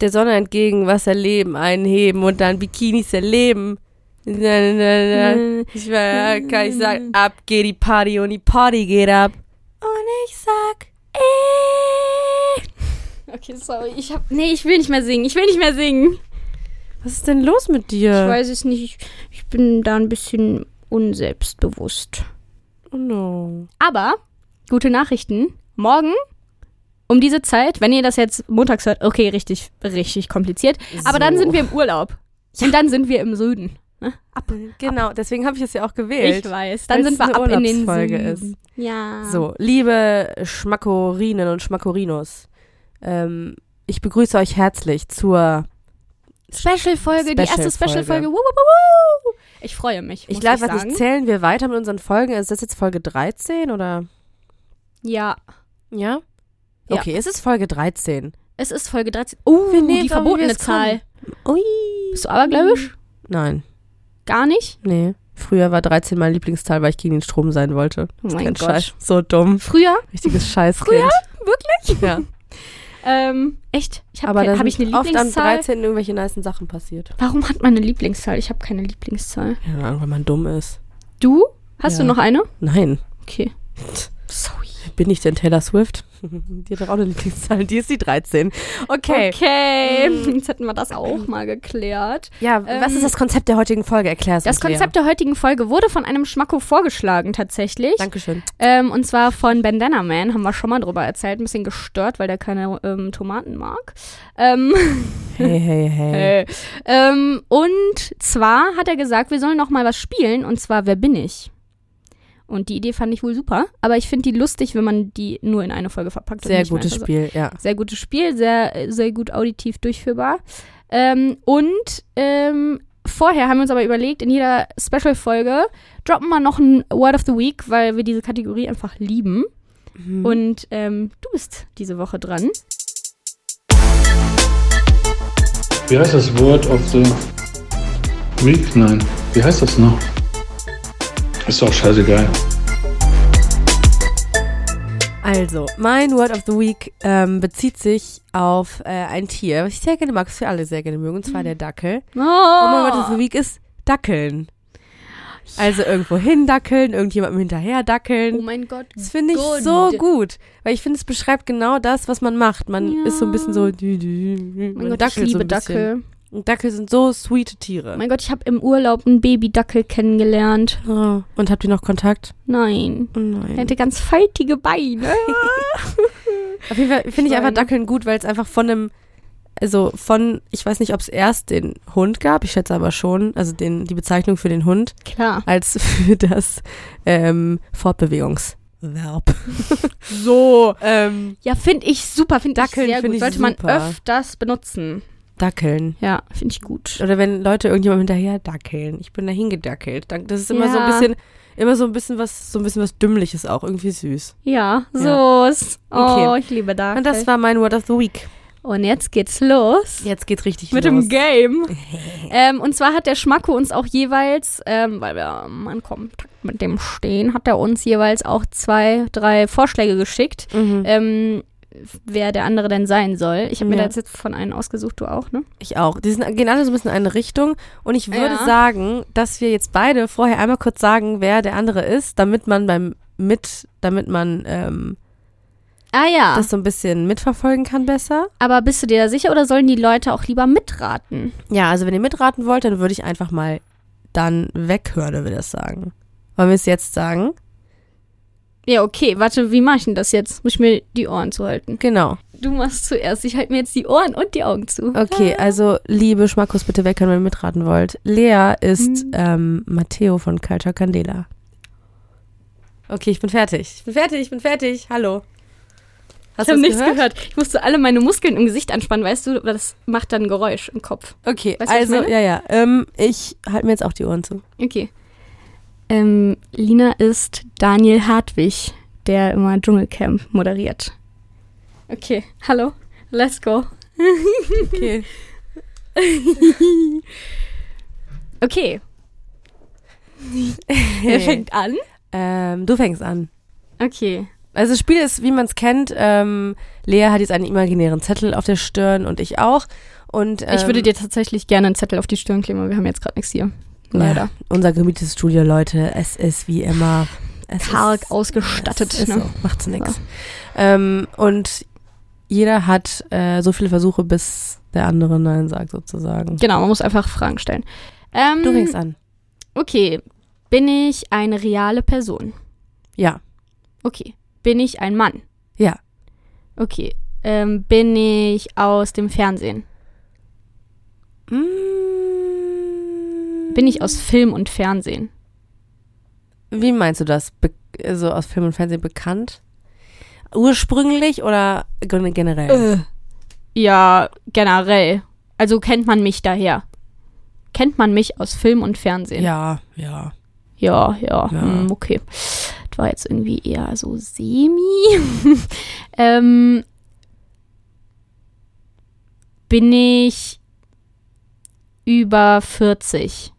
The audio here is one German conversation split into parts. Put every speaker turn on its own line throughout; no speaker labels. der Sonne entgegen was erleben, einheben und dann Bikinis erleben. Na, na,
Mhm.
na. Ich war, kann ich sagen, ab geht die Party und die Party geht ab. Und ich sag, äh.
Okay, sorry. Ich hab. Nee, ich will nicht mehr singen. Ich will nicht mehr singen.
Was ist denn los mit
Ich
dir?
weiß es nicht. Ich bin da ein bisschen unselbstbewusst.
Oh no.
Aber gute Nachrichten. Morgen um diese Zeit, wenn ihr das jetzt montags hört, okay, richtig, richtig kompliziert. Aber dann
So.
sind wir im Urlaub. Und dann sind wir im Süden. Ne? Ab.
Genau, deswegen habe ich es ja auch
Ich
gewählt.
weiß. Dann
Weil's
sind wir
eine
ab in den
Urlaubsfolge
Süden. Ah.
ist.
Ja.
So, liebe Schmackorinnen und Schmackorinos, ähm, ich begrüße euch herzlich zur.
Special-Folge, die erste
Special-Folge.
Special-Folge. Wuh, wuh, wuh, wuh. Ich freue mich.
Ich
muss
glaube, was
sagen.
nicht zählen wir weiter mit unseren Folgen. Ist das jetzt Folge 13 oder?
Ja.
Ja?
Ja.
Okay, es ist Folge 13.
Es ist Folge 13. Oh,
Wir nehmen,
die
glaub ich, wie
verbotene
wir's können.
Zahl.
Ui.
Bist du abergläubisch?
Nein,
Gar nicht?
nee. Früher war 13 mein Lieblingszahl, weil ich gegen den Strom sein wollte.
Oh mein
Ganz
Gott.
Scheiß. So dumm.
Früher?
Richtiges Scheißkind.
Früher?
Wirklich? Ja.
Ähm, echt? Ich habe
Aber
hab
da
keine- hab
sind
ich eine
oft am
Lieblingszahl.
13. irgendwelche nice Sachen passiert.
Warum hat man eine Lieblingszahl? Ich habe keine Lieblingszahl.
Ja, weil man dumm ist.
Du? Hast
Ja.
du noch eine?
Nein.
Okay. Sorry.
Bin ich denn Taylor Swift? die hat doch auch eine Lieblingszahl. Die ist die 13. Okay.
Okay. Jetzt hätten wir das auch mal geklärt.
Ja, was ist das Konzept der heutigen Folge? Erklär es
Ähm, Das
uns, Lea.
Konzept der heutigen Folge wurde von einem Schmacko vorgeschlagen, tatsächlich.
Dankeschön.
Ähm, und zwar von Bandana Man, haben wir schon mal drüber erzählt. Ein bisschen gestört, weil der keine ähm, Tomaten mag. Ähm,
Hey, hey, hey.
Äh, ähm, und zwar hat er gesagt, wir sollen noch mal was spielen und zwar Wer bin ich? Und die Idee fand ich wohl super, aber ich finde die lustig, wenn man die nur in eine Folge verpackt. und
Sehr
nicht mehr also-
gutes
einfach so-
Spiel, ja.
Sehr gutes Spiel, sehr, äh, sehr gut auditiv durchführbar. Ähm, und ähm, vorher haben wir uns aber überlegt, in jeder Special-Folge droppen wir noch ein Word of the Week, weil wir diese Kategorie einfach lieben.
Mhm.
Und ähm, du bist diese Woche dran.
Wie heißt das Word of the Week? Nein. Wie heißt das noch? Ist doch scheißegal.
Also, mein Word of the Week ähm, bezieht sich auf äh, ein Tier, was ich sehr gerne mag, was wir alle sehr gerne mögen, und zwar der Dackel.
Oh,
Und mein Word of the Week ist Dackeln. Also irgendwo hin dackeln, irgendjemandem hinterher
oh
dackeln.
mein Gott.
Das finde ich
Good.
so gut, weil ich finde, es beschreibt genau das, was man macht. Man
Ja.
ist so ein bisschen so.
Mein
Mein
Gott, ich liebe Dackel.
Und Dackel sind so sweete Tiere.
Mein Gott, ich habe im Urlaub einen Baby-Dackel kennengelernt.
Oh. Und habt ihr noch Kontakt?
Nein.
Oh nein.
Er hatte ganz faltige Beine.
Auf jeden Fall finde ich einfach
Schweine.
Dackeln gut, weil es einfach von einem, also von, ich weiß nicht, ob es erst den Hund gab, ich schätze aber schon, also den, die Bezeichnung für den Hund,
Klar.
als für das ähm, Fortbewegungsverb. so. Ähm,
Ja, finde ich super. Finde ich
Dackeln
sehr
find
gut.
ich
Sollte
super.
man öfters benutzen.
dackeln.
Ja, finde ich gut.
Oder wenn Leute irgendjemandem hinterher dackeln. Ich bin da hingedackelt. Dank- Das ist immer so ein
Ja.
bisschen, immer so ein bisschen was, so ein bisschen was Dümmliches auch, irgendwie süß.
Ja,
Ja.
so's. Oh,
Okay.
ich liebe Dackel.
Und das war mein Word of the Week.
Und jetzt geht's los.
Jetzt geht's richtig
Mit
los.
dem Game. ähm, und zwar hat der Schmacko uns auch jeweils, ähm, weil wir ähm, in Kontakt mit dem stehen, hat er uns jeweils auch zwei, drei Vorschläge geschickt.
Mhm.
ähm, wer der andere denn sein soll. Ich habe mir
Ja.
da jetzt von einem ausgesucht, du auch, ne?
Ich auch. Die sind, gehen alle so ein bisschen in eine Richtung. Und ich würde
Ja.
sagen, dass wir jetzt beide vorher einmal kurz sagen, wer der andere ist, damit man beim mit, damit man ähm,
Ah ja.
das so ein bisschen mitverfolgen kann besser.
Aber bist du dir da sicher oder sollen die Leute auch lieber mitraten?
Ja, also wenn ihr mitraten wollt, dann würde ich einfach mal dann weghören, würde ich das sagen. Wollen wir es jetzt sagen?
Ja, okay, warte, wie mache ich denn das jetzt? Muss ich mir die Ohren zuhalten?
Genau.
Du machst zuerst. Ich halte mir jetzt die Ohren und die Augen zu.
Okay, also liebe Schmackos, bitte weghören, wenn ihr mitraten wollt. Lea ist
Mhm.
ähm, Matteo von Culture Candela. Okay, ich bin fertig. Ich bin fertig, ich bin fertig. Hallo. Hast
ich habe
du's
nichts gehört? Ich musste alle meine Muskeln im Gesicht anspannen, weißt du? Aber das macht dann ein Geräusch im Kopf.
Okay,
Weißt du, was ich
also,
meine?
ja, ja. Ähm, ich halte mir jetzt auch die Ohren zu.
Okay. Ähm, Lina ist Daniel Hartwig, der immer Dschungelcamp moderiert. Okay, hallo, let's go.
Okay.
Okay. Er fängt an.
Ähm, du fängst an.
Okay.
Also das Spiel ist, wie man es kennt, ähm, Lea hat jetzt einen imaginären Zettel auf der Stirn und ich auch. Und, ähm,
ich würde dir tatsächlich gerne einen Zettel auf die Stirn kleben, aber wir haben jetzt gerade nichts hier. Leider.
Ja, unser gemietetes Studio, Leute, es ist wie immer. Es
Karg
ist,
ausgestattet.
es ist
ne?
so, macht's nix. Ähm, und jeder hat äh, so viele Versuche, bis der andere Nein sagt, sozusagen.
Genau, man muss einfach Fragen stellen. Ähm,
Du fängst an.
Okay. Bin ich eine reale Person?
Ja.
Okay. Bin ich ein Mann?
Ja.
Okay. Ähm, bin ich aus dem Fernsehen?
Mm.
Mhm. Bin ich aus Film und Fernsehen?
Wie meinst du das? Be also aus Film und Fernsehen bekannt? Ursprünglich oder gen- generell?
Äh. Ja, generell. Also kennt man mich daher. Kennt man mich aus Film und Fernsehen?
Ja, ja.
Ja, ja.
Ja.
Hm, okay. Das war jetzt irgendwie eher so semi. ähm, bin ich über 40?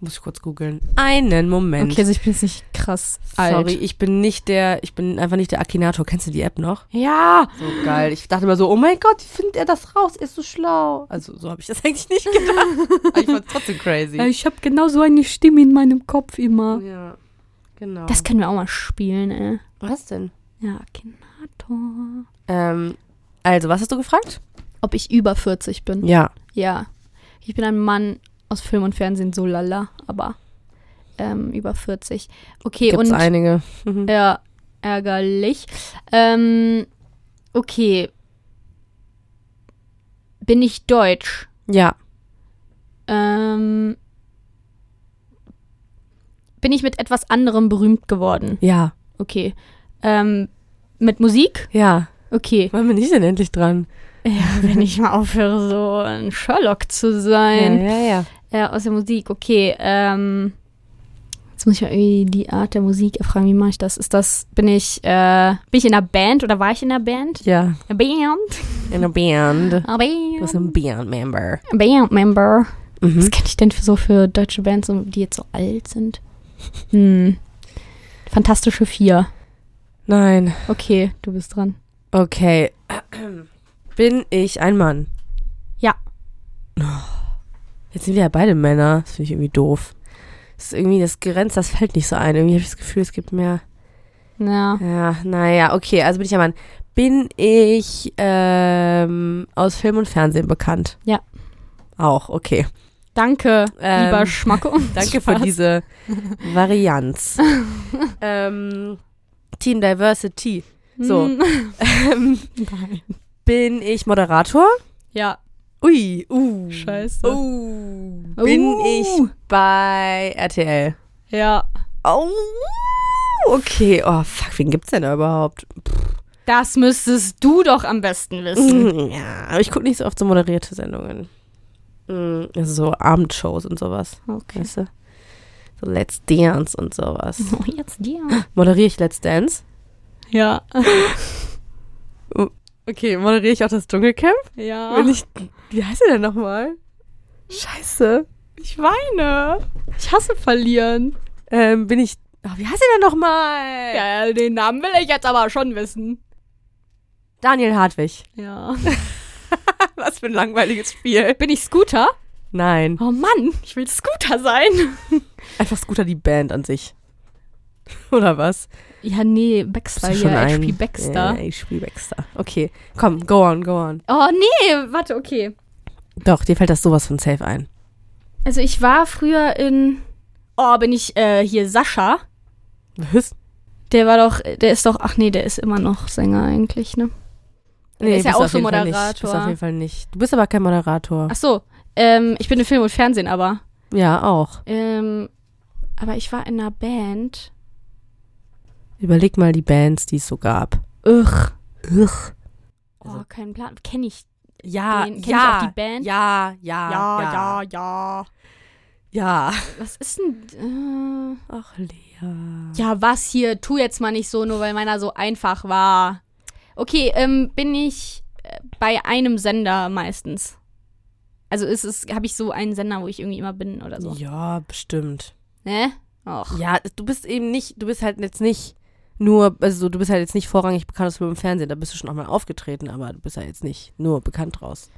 Muss ich kurz googeln. Einen Moment.
Okay, also ich bin jetzt nicht krass alt.
Sorry, ich bin nicht der, ich bin einfach nicht der Akinator. Kennst du die App noch?
Ja,
So geil. Ich dachte immer so, oh mein Gott, wie findet er das raus? Er ist so schlau. Also so habe ich das eigentlich nicht gedacht. Aber ich fand's trotzdem crazy.
ich habe genau so eine Stimme in meinem Kopf immer.
Ja, genau.
Das können wir auch mal spielen, ey.
was denn?
Ja, Akinator.
Ähm, also, was hast du gefragt?
Ob ich über 40 bin?
Ja.
Ja. Ich bin ein Mann aus Film und Fernsehen, so lala, aber ähm, über 40. Okay,
Gibt's
und.
einige.
Ja, ärgerlich. Ähm, okay. Bin ich deutsch?
Ja.
Ähm, bin ich mit etwas anderem berühmt geworden?
Ja.
Okay. Ähm, mit Musik?
Ja.
Okay.
Wann bin ich denn endlich dran?
Ja, wenn ich mal aufhöre, so ein Sherlock zu sein.
Ja, ja, ja.
Ja, aus der Musik, okay. Ähm, jetzt muss ich mal irgendwie die Art der Musik erfragen, wie mache ich das? Ist das, bin ich, äh, bin ich in einer Band oder war ich in einer Band?
Ja.
Eine Band?
In a band.
Eine
Du bist
Band.
ein Band-Member.
Ein Bandmember.
Mhm.
Was kenne ich denn für so für deutsche Bands, so- die jetzt so alt sind? Hm. Fantastische Vier.
Nein.
Okay, du bist dran.
Okay. Bin ich ein Mann?
Ja.
Jetzt sind wir ja beide Männer. Das finde ich irgendwie doof. Das ist irgendwie, das grenzt, das fällt nicht so ein. Irgendwie habe ich das Gefühl, es gibt mehr.
Ja.
Ja, naja, okay, also bin ich ein Mann. Bin ich ähm, aus Film und Fernsehen bekannt?
Ja.
Auch, okay.
Danke,
Ähm,
lieber Schmacko.
Danke für diese Varianz. ähm, Team Diversity. so.
Hm.
Ähm,
Nein.
bin ich Moderator?
Ja.
Ui, uh.
Scheiße.
Uh. Bin ich
Uh.
bei RTL?
Ja.
Oh, okay. Oh, fuck, wen gibt's denn da überhaupt?
Das müsstest du doch am besten wissen.
Mm, Ja, aber ich gucke nicht so oft so moderierte Sendungen. Mm, Also so Abendshows und sowas.
Okay.
Weißt du? So Let's Dance und sowas.
Oh, jetzt dir.
Moderiere ich Let's Dance?
Ja.
Okay, moderiere ich auch das Dschungelcamp?
Ja.
Bin ich. Wie heißt der denn nochmal? Scheiße.
Ich weine. Ich hasse verlieren.
Ähm, bin ich. Oh, wie heißt der denn nochmal?
Ja, den Namen will ich jetzt aber schon wissen.
Daniel Hartwig.
Ja.
Was für ein langweiliges Spiel.
Bin ich Scooter?
Nein.
Oh Mann, ich will Scooter sein.
Einfach Scooter die Band an sich. Oder was?
Ja, nee, Baxter.
Bist du
Ja,
ein-
HP Baxter.
Ja, HP Baxter. Okay, komm, go on, go on.
Oh nee, warte, okay.
Doch, dir fällt das sowas von safe ein.
Also ich war früher in... Oh, bin ich äh, hier Sascha?
Was?
Der war doch, der ist doch, ach nee, der ist immer noch Sänger eigentlich, ne?
Nee,
ist ja
bist du
auch
auf
so
jeden Fall
Moderator.
Nicht, bist du auf jeden Fall nicht. Du bist aber kein Moderator.
Ach so, ähm, ich bin in Film und Fernsehen, aber
Ja, auch.
Ähm, aber ich war in einer Band.
Überleg mal die Bands, die es so gab.
Ugh.
Ugh.
Oh,
Also-
kein Plan. Kenne ich
Ja,
den? Kenn
ja,
ich auch die Band?
ja, ja,
ja, ja.
ja.
Was ist denn.
Ach, Lea.
Äh, ja, was hier? Tu jetzt mal nicht so, nur weil meiner so einfach war. Okay, ähm, bin ich äh, bei einem Sender meistens. Also ist es, habe ich so einen Sender, wo ich irgendwie immer bin oder so.
Ja, bestimmt.
Ne? Och.
Ja, du bist eben nicht, du bist halt jetzt nicht nur, also du bist halt jetzt nicht vorrangig bekannt aus Film und Fernsehen, da bist du schon auch mal aufgetreten, aber du bist ja jetzt nicht nur bekannt draus.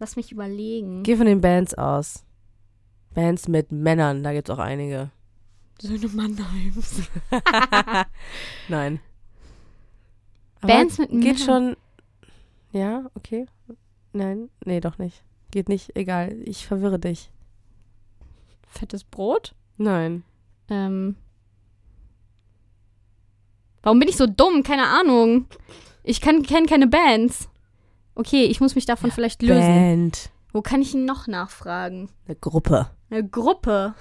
Lass mich überlegen.
Geh von den Bands aus. Bands mit Männern, da gibt's auch einige.
Söhne Mannheims.
Nein.
Bands mit
Geht
Männern.
schon. Ja, okay. Nein, nee, doch nicht. Geht nicht, egal. Ich verwirre dich.
Fettes Brot.
Nein.
Ähm. Warum bin ich so dumm? Keine Ahnung. Ich kann kenne keine Bands. Okay, ich muss mich davon vielleicht lösen.
Band.
Wo kann ich ihn noch nachfragen?
Eine Gruppe.
Eine Gruppe.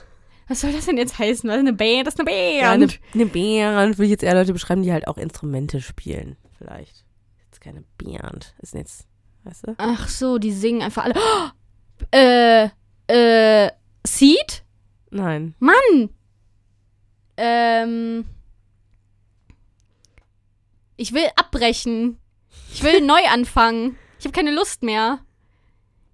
Was soll das denn jetzt heißen? Was ist eine Band? Das ist eine Band.
Ja, eine, eine Band würde ich jetzt eher Leute beschreiben, die halt auch Instrumente spielen. Vielleicht. Jetzt keine Band. Ist jetzt, weißt du?
Ach so, die singen einfach alle. Oh, äh, äh, Seed?
Nein.
Mann! Ähm. Ich will abbrechen. Ich will neu anfangen. Ich habe keine Lust mehr.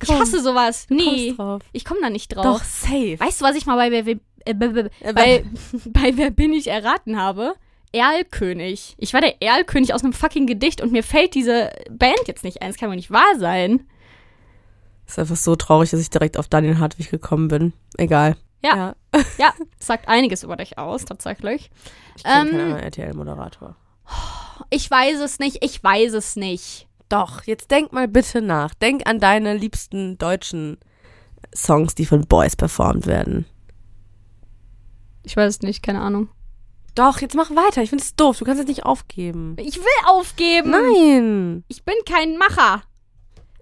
Ich
Komm.
hasse sowas. Nee.
Kommst drauf.
Ich komme da nicht drauf.
Doch, safe.
Weißt du, was ich mal bei Wer, wer- äh, bei, bei,
Äh,
bei, bei Wer bin ich erraten habe? Erlkönig. Ich war der Erlkönig aus einem fucking Gedicht und mir fällt diese Band jetzt nicht ein. Das kann wohl nicht wahr sein.
Ist einfach so traurig, dass ich direkt auf Daniel Hartwig gekommen bin. Egal.
Ja. Ja, sagt einiges über dich aus, tatsächlich.
Ich kenne
Ähm.
keinen anderen RTL-Moderator.
Ich weiß es nicht, ich weiß es nicht.
Doch, jetzt denk mal bitte nach. Denk an deine liebsten deutschen Songs, die von Boys performt werden.
Ich weiß es nicht, keine Ahnung.
Doch, jetzt mach weiter. Ich finde es doof. Du kannst es nicht aufgeben.
Ich will aufgeben.
Nein.
Ich bin kein Macher.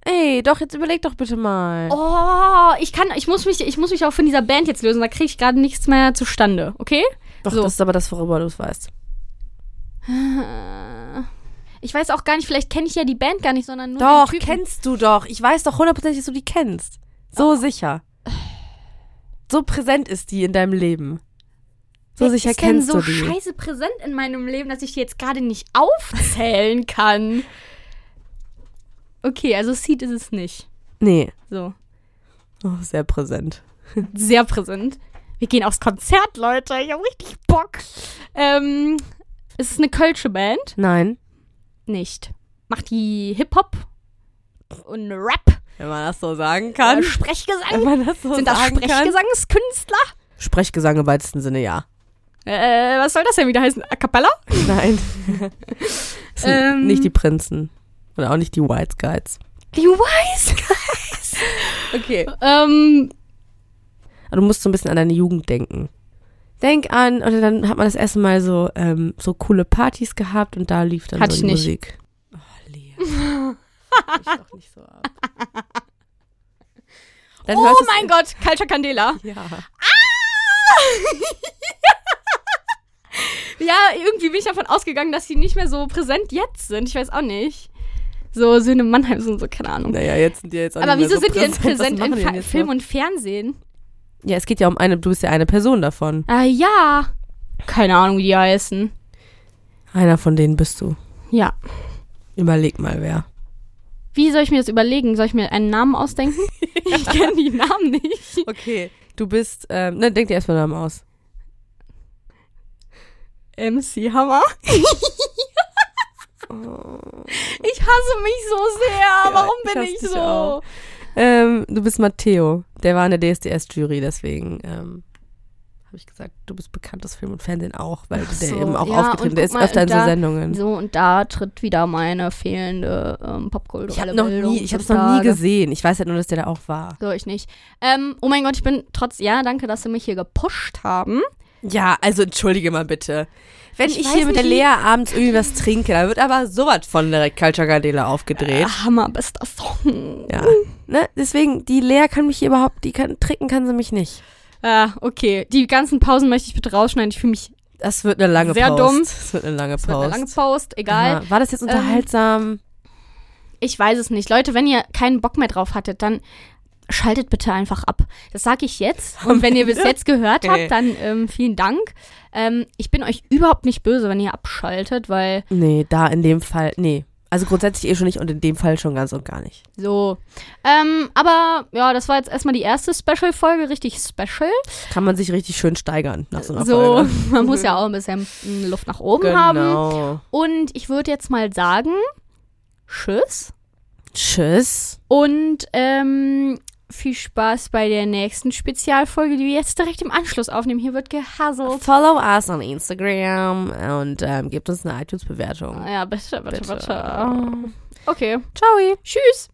Ey, doch, jetzt überleg doch bitte mal.
Oh, ich kann, ich muss mich, ich muss mich auch von dieser Band jetzt lösen. Da kriege ich gerade nichts mehr zustande, okay?
doch,
so.
das ist aber das, worüber du es weißt.
Äh, Ich weiß auch gar nicht, vielleicht kenne ich ja die Band gar nicht, sondern nur
Doch,
den Typen.
kennst du doch. Ich weiß doch hundertprozentig, dass du die kennst. So
Oh.
sicher. So präsent ist die in deinem Leben. So
Wer
sicher
ist denn
kennst
so
du die.
scheiße präsent in meinem Leben, dass ich die jetzt gerade nicht aufzählen kann. Okay, also Seed ist es nicht.
Nee,
So.
oh, sehr präsent.
sehr präsent. Wir gehen aufs Konzert, Leute. Ich habe richtig Bock. Ähm, ist es eine kölsche Band?
Nein.
Nicht. Macht die Hip-Hop und Rap,
Wenn man das so sagen
äh,
kann. Wenn
Sprechgesang?
man das so
Sind das
sagen kann.
Sprechgesangskünstler?
Sprechgesang im weitesten Sinne, ja.
Äh, was soll das denn wieder heißen? A cappella?
Nein. Es sind
Ähm.
nicht die Prinzen. Und auch nicht die White Guides.
Die Wise Guys.
Okay.
ähm,
Aber du musst so ein bisschen an deine Jugend denken. Denk an, oder dann hat man das erste Mal so, ähm, so coole Partys gehabt und da lief dann
Hatte
so die
ich nicht.
Musik. Oh, Lea. Fuck mich doch nicht so ab. Dann
oh
hörst du's-
mein Gott, Culture Candela.
Ja.
Ja, irgendwie bin ich davon ausgegangen, dass die nicht mehr so präsent jetzt sind. Ich weiß auch nicht. So Söhne Mannheims und so, keine Ahnung.
Naja, jetzt sind die jetzt auch
Aber
nicht
wieso
mehr so
sind die denn
Was
präsent
machen
in
die
Fa
denn jetzt
Film
noch?
und Fernsehen?
Ja, es geht ja um eine, du bist ja eine Person davon.
Ah ja. Keine Ahnung, wie die heißen.
Einer von denen bist du.
Ja.
Überleg mal, wer.
Wie soll ich mir das überlegen? Soll ich mir einen Namen ausdenken? Ich kenne die Namen nicht.
Okay. Du bist, ähm, ne, denk dir erstmal Namen aus.
MC Hammer. Ich hasse mich so sehr. Warum
ich
bin
hasse
ich
dich
so?
auch. Ähm, du bist Matteo. Der war in der DSDS-Jury, deswegen ähm, habe ich gesagt, du bist bekannt aus Film und Fernsehen auch, weil
Ach
der
so,
eben auch
ja,
aufgetreten ist.
und
Der ist
guck mal,
öfter in so
da-
Sendungen.
So, und da tritt wieder meine fehlende ähm, Popkulturelle
ich habe noch
Bildung
nie, ich habe es noch nie
zutage.
gesehen. Ich weiß halt nur, dass der da auch war.
So, ich nicht. Ähm, oh mein Gott, ich bin trotz... Ja, danke, dass Sie mich hier gepusht haben.
Ja, also entschuldige mal bitte. Wenn ich,
Ich
hier
weiß
mit der
nicht,
Lea abends irgendwie was trinke, dann wird aber sowas von direkt Culture Gardela aufgedreht.
Ah, Hammer, bester Song.
Ja. Ne? Deswegen, die Lea kann mich hier überhaupt, die kann tricken kann sie mich nicht.
Ah, okay. Die ganzen Pausen möchte ich bitte rausschneiden. Ich fühle mich
Das wird eine lange
Sehr
Post.
dumm.
Das wird eine lange Post. Ähm,
mit einer langen Post, egal.
Aha. War das jetzt unterhaltsam?
Ich weiß es nicht. Leute, wenn ihr keinen Bock mehr drauf hattet, dann schaltet bitte einfach ab. Das sage ich jetzt. Und wenn ihr bis jetzt gehört
Okay.
habt, dann ähm, vielen Dank. Ähm, ich bin euch überhaupt nicht böse, wenn ihr abschaltet, weil
Nee, da in dem Fall, nee. Also grundsätzlich eh schon nicht und in dem Fall schon ganz und gar nicht.
So. Ähm, aber ja, das war jetzt erstmal die erste Special-Folge, richtig special.
Kann man sich richtig schön steigern nach so einer
So,
Folge.
man muss ja auch ein bisschen mm, Luft nach oben haben.
ne? Genau.
Und ich würde jetzt mal sagen, tschüss.
Tschüss.
Und ähm, viel Spaß bei der nächsten Spezialfolge, die wir jetzt direkt im Anschluss aufnehmen. Hier wird gehasselt.
Follow us on Instagram und ähm, gebt uns eine iTunes-Bewertung.
Ja, bitte, bitte,
Bitte.
bitte. Okay.
Ciao.
Tschüss.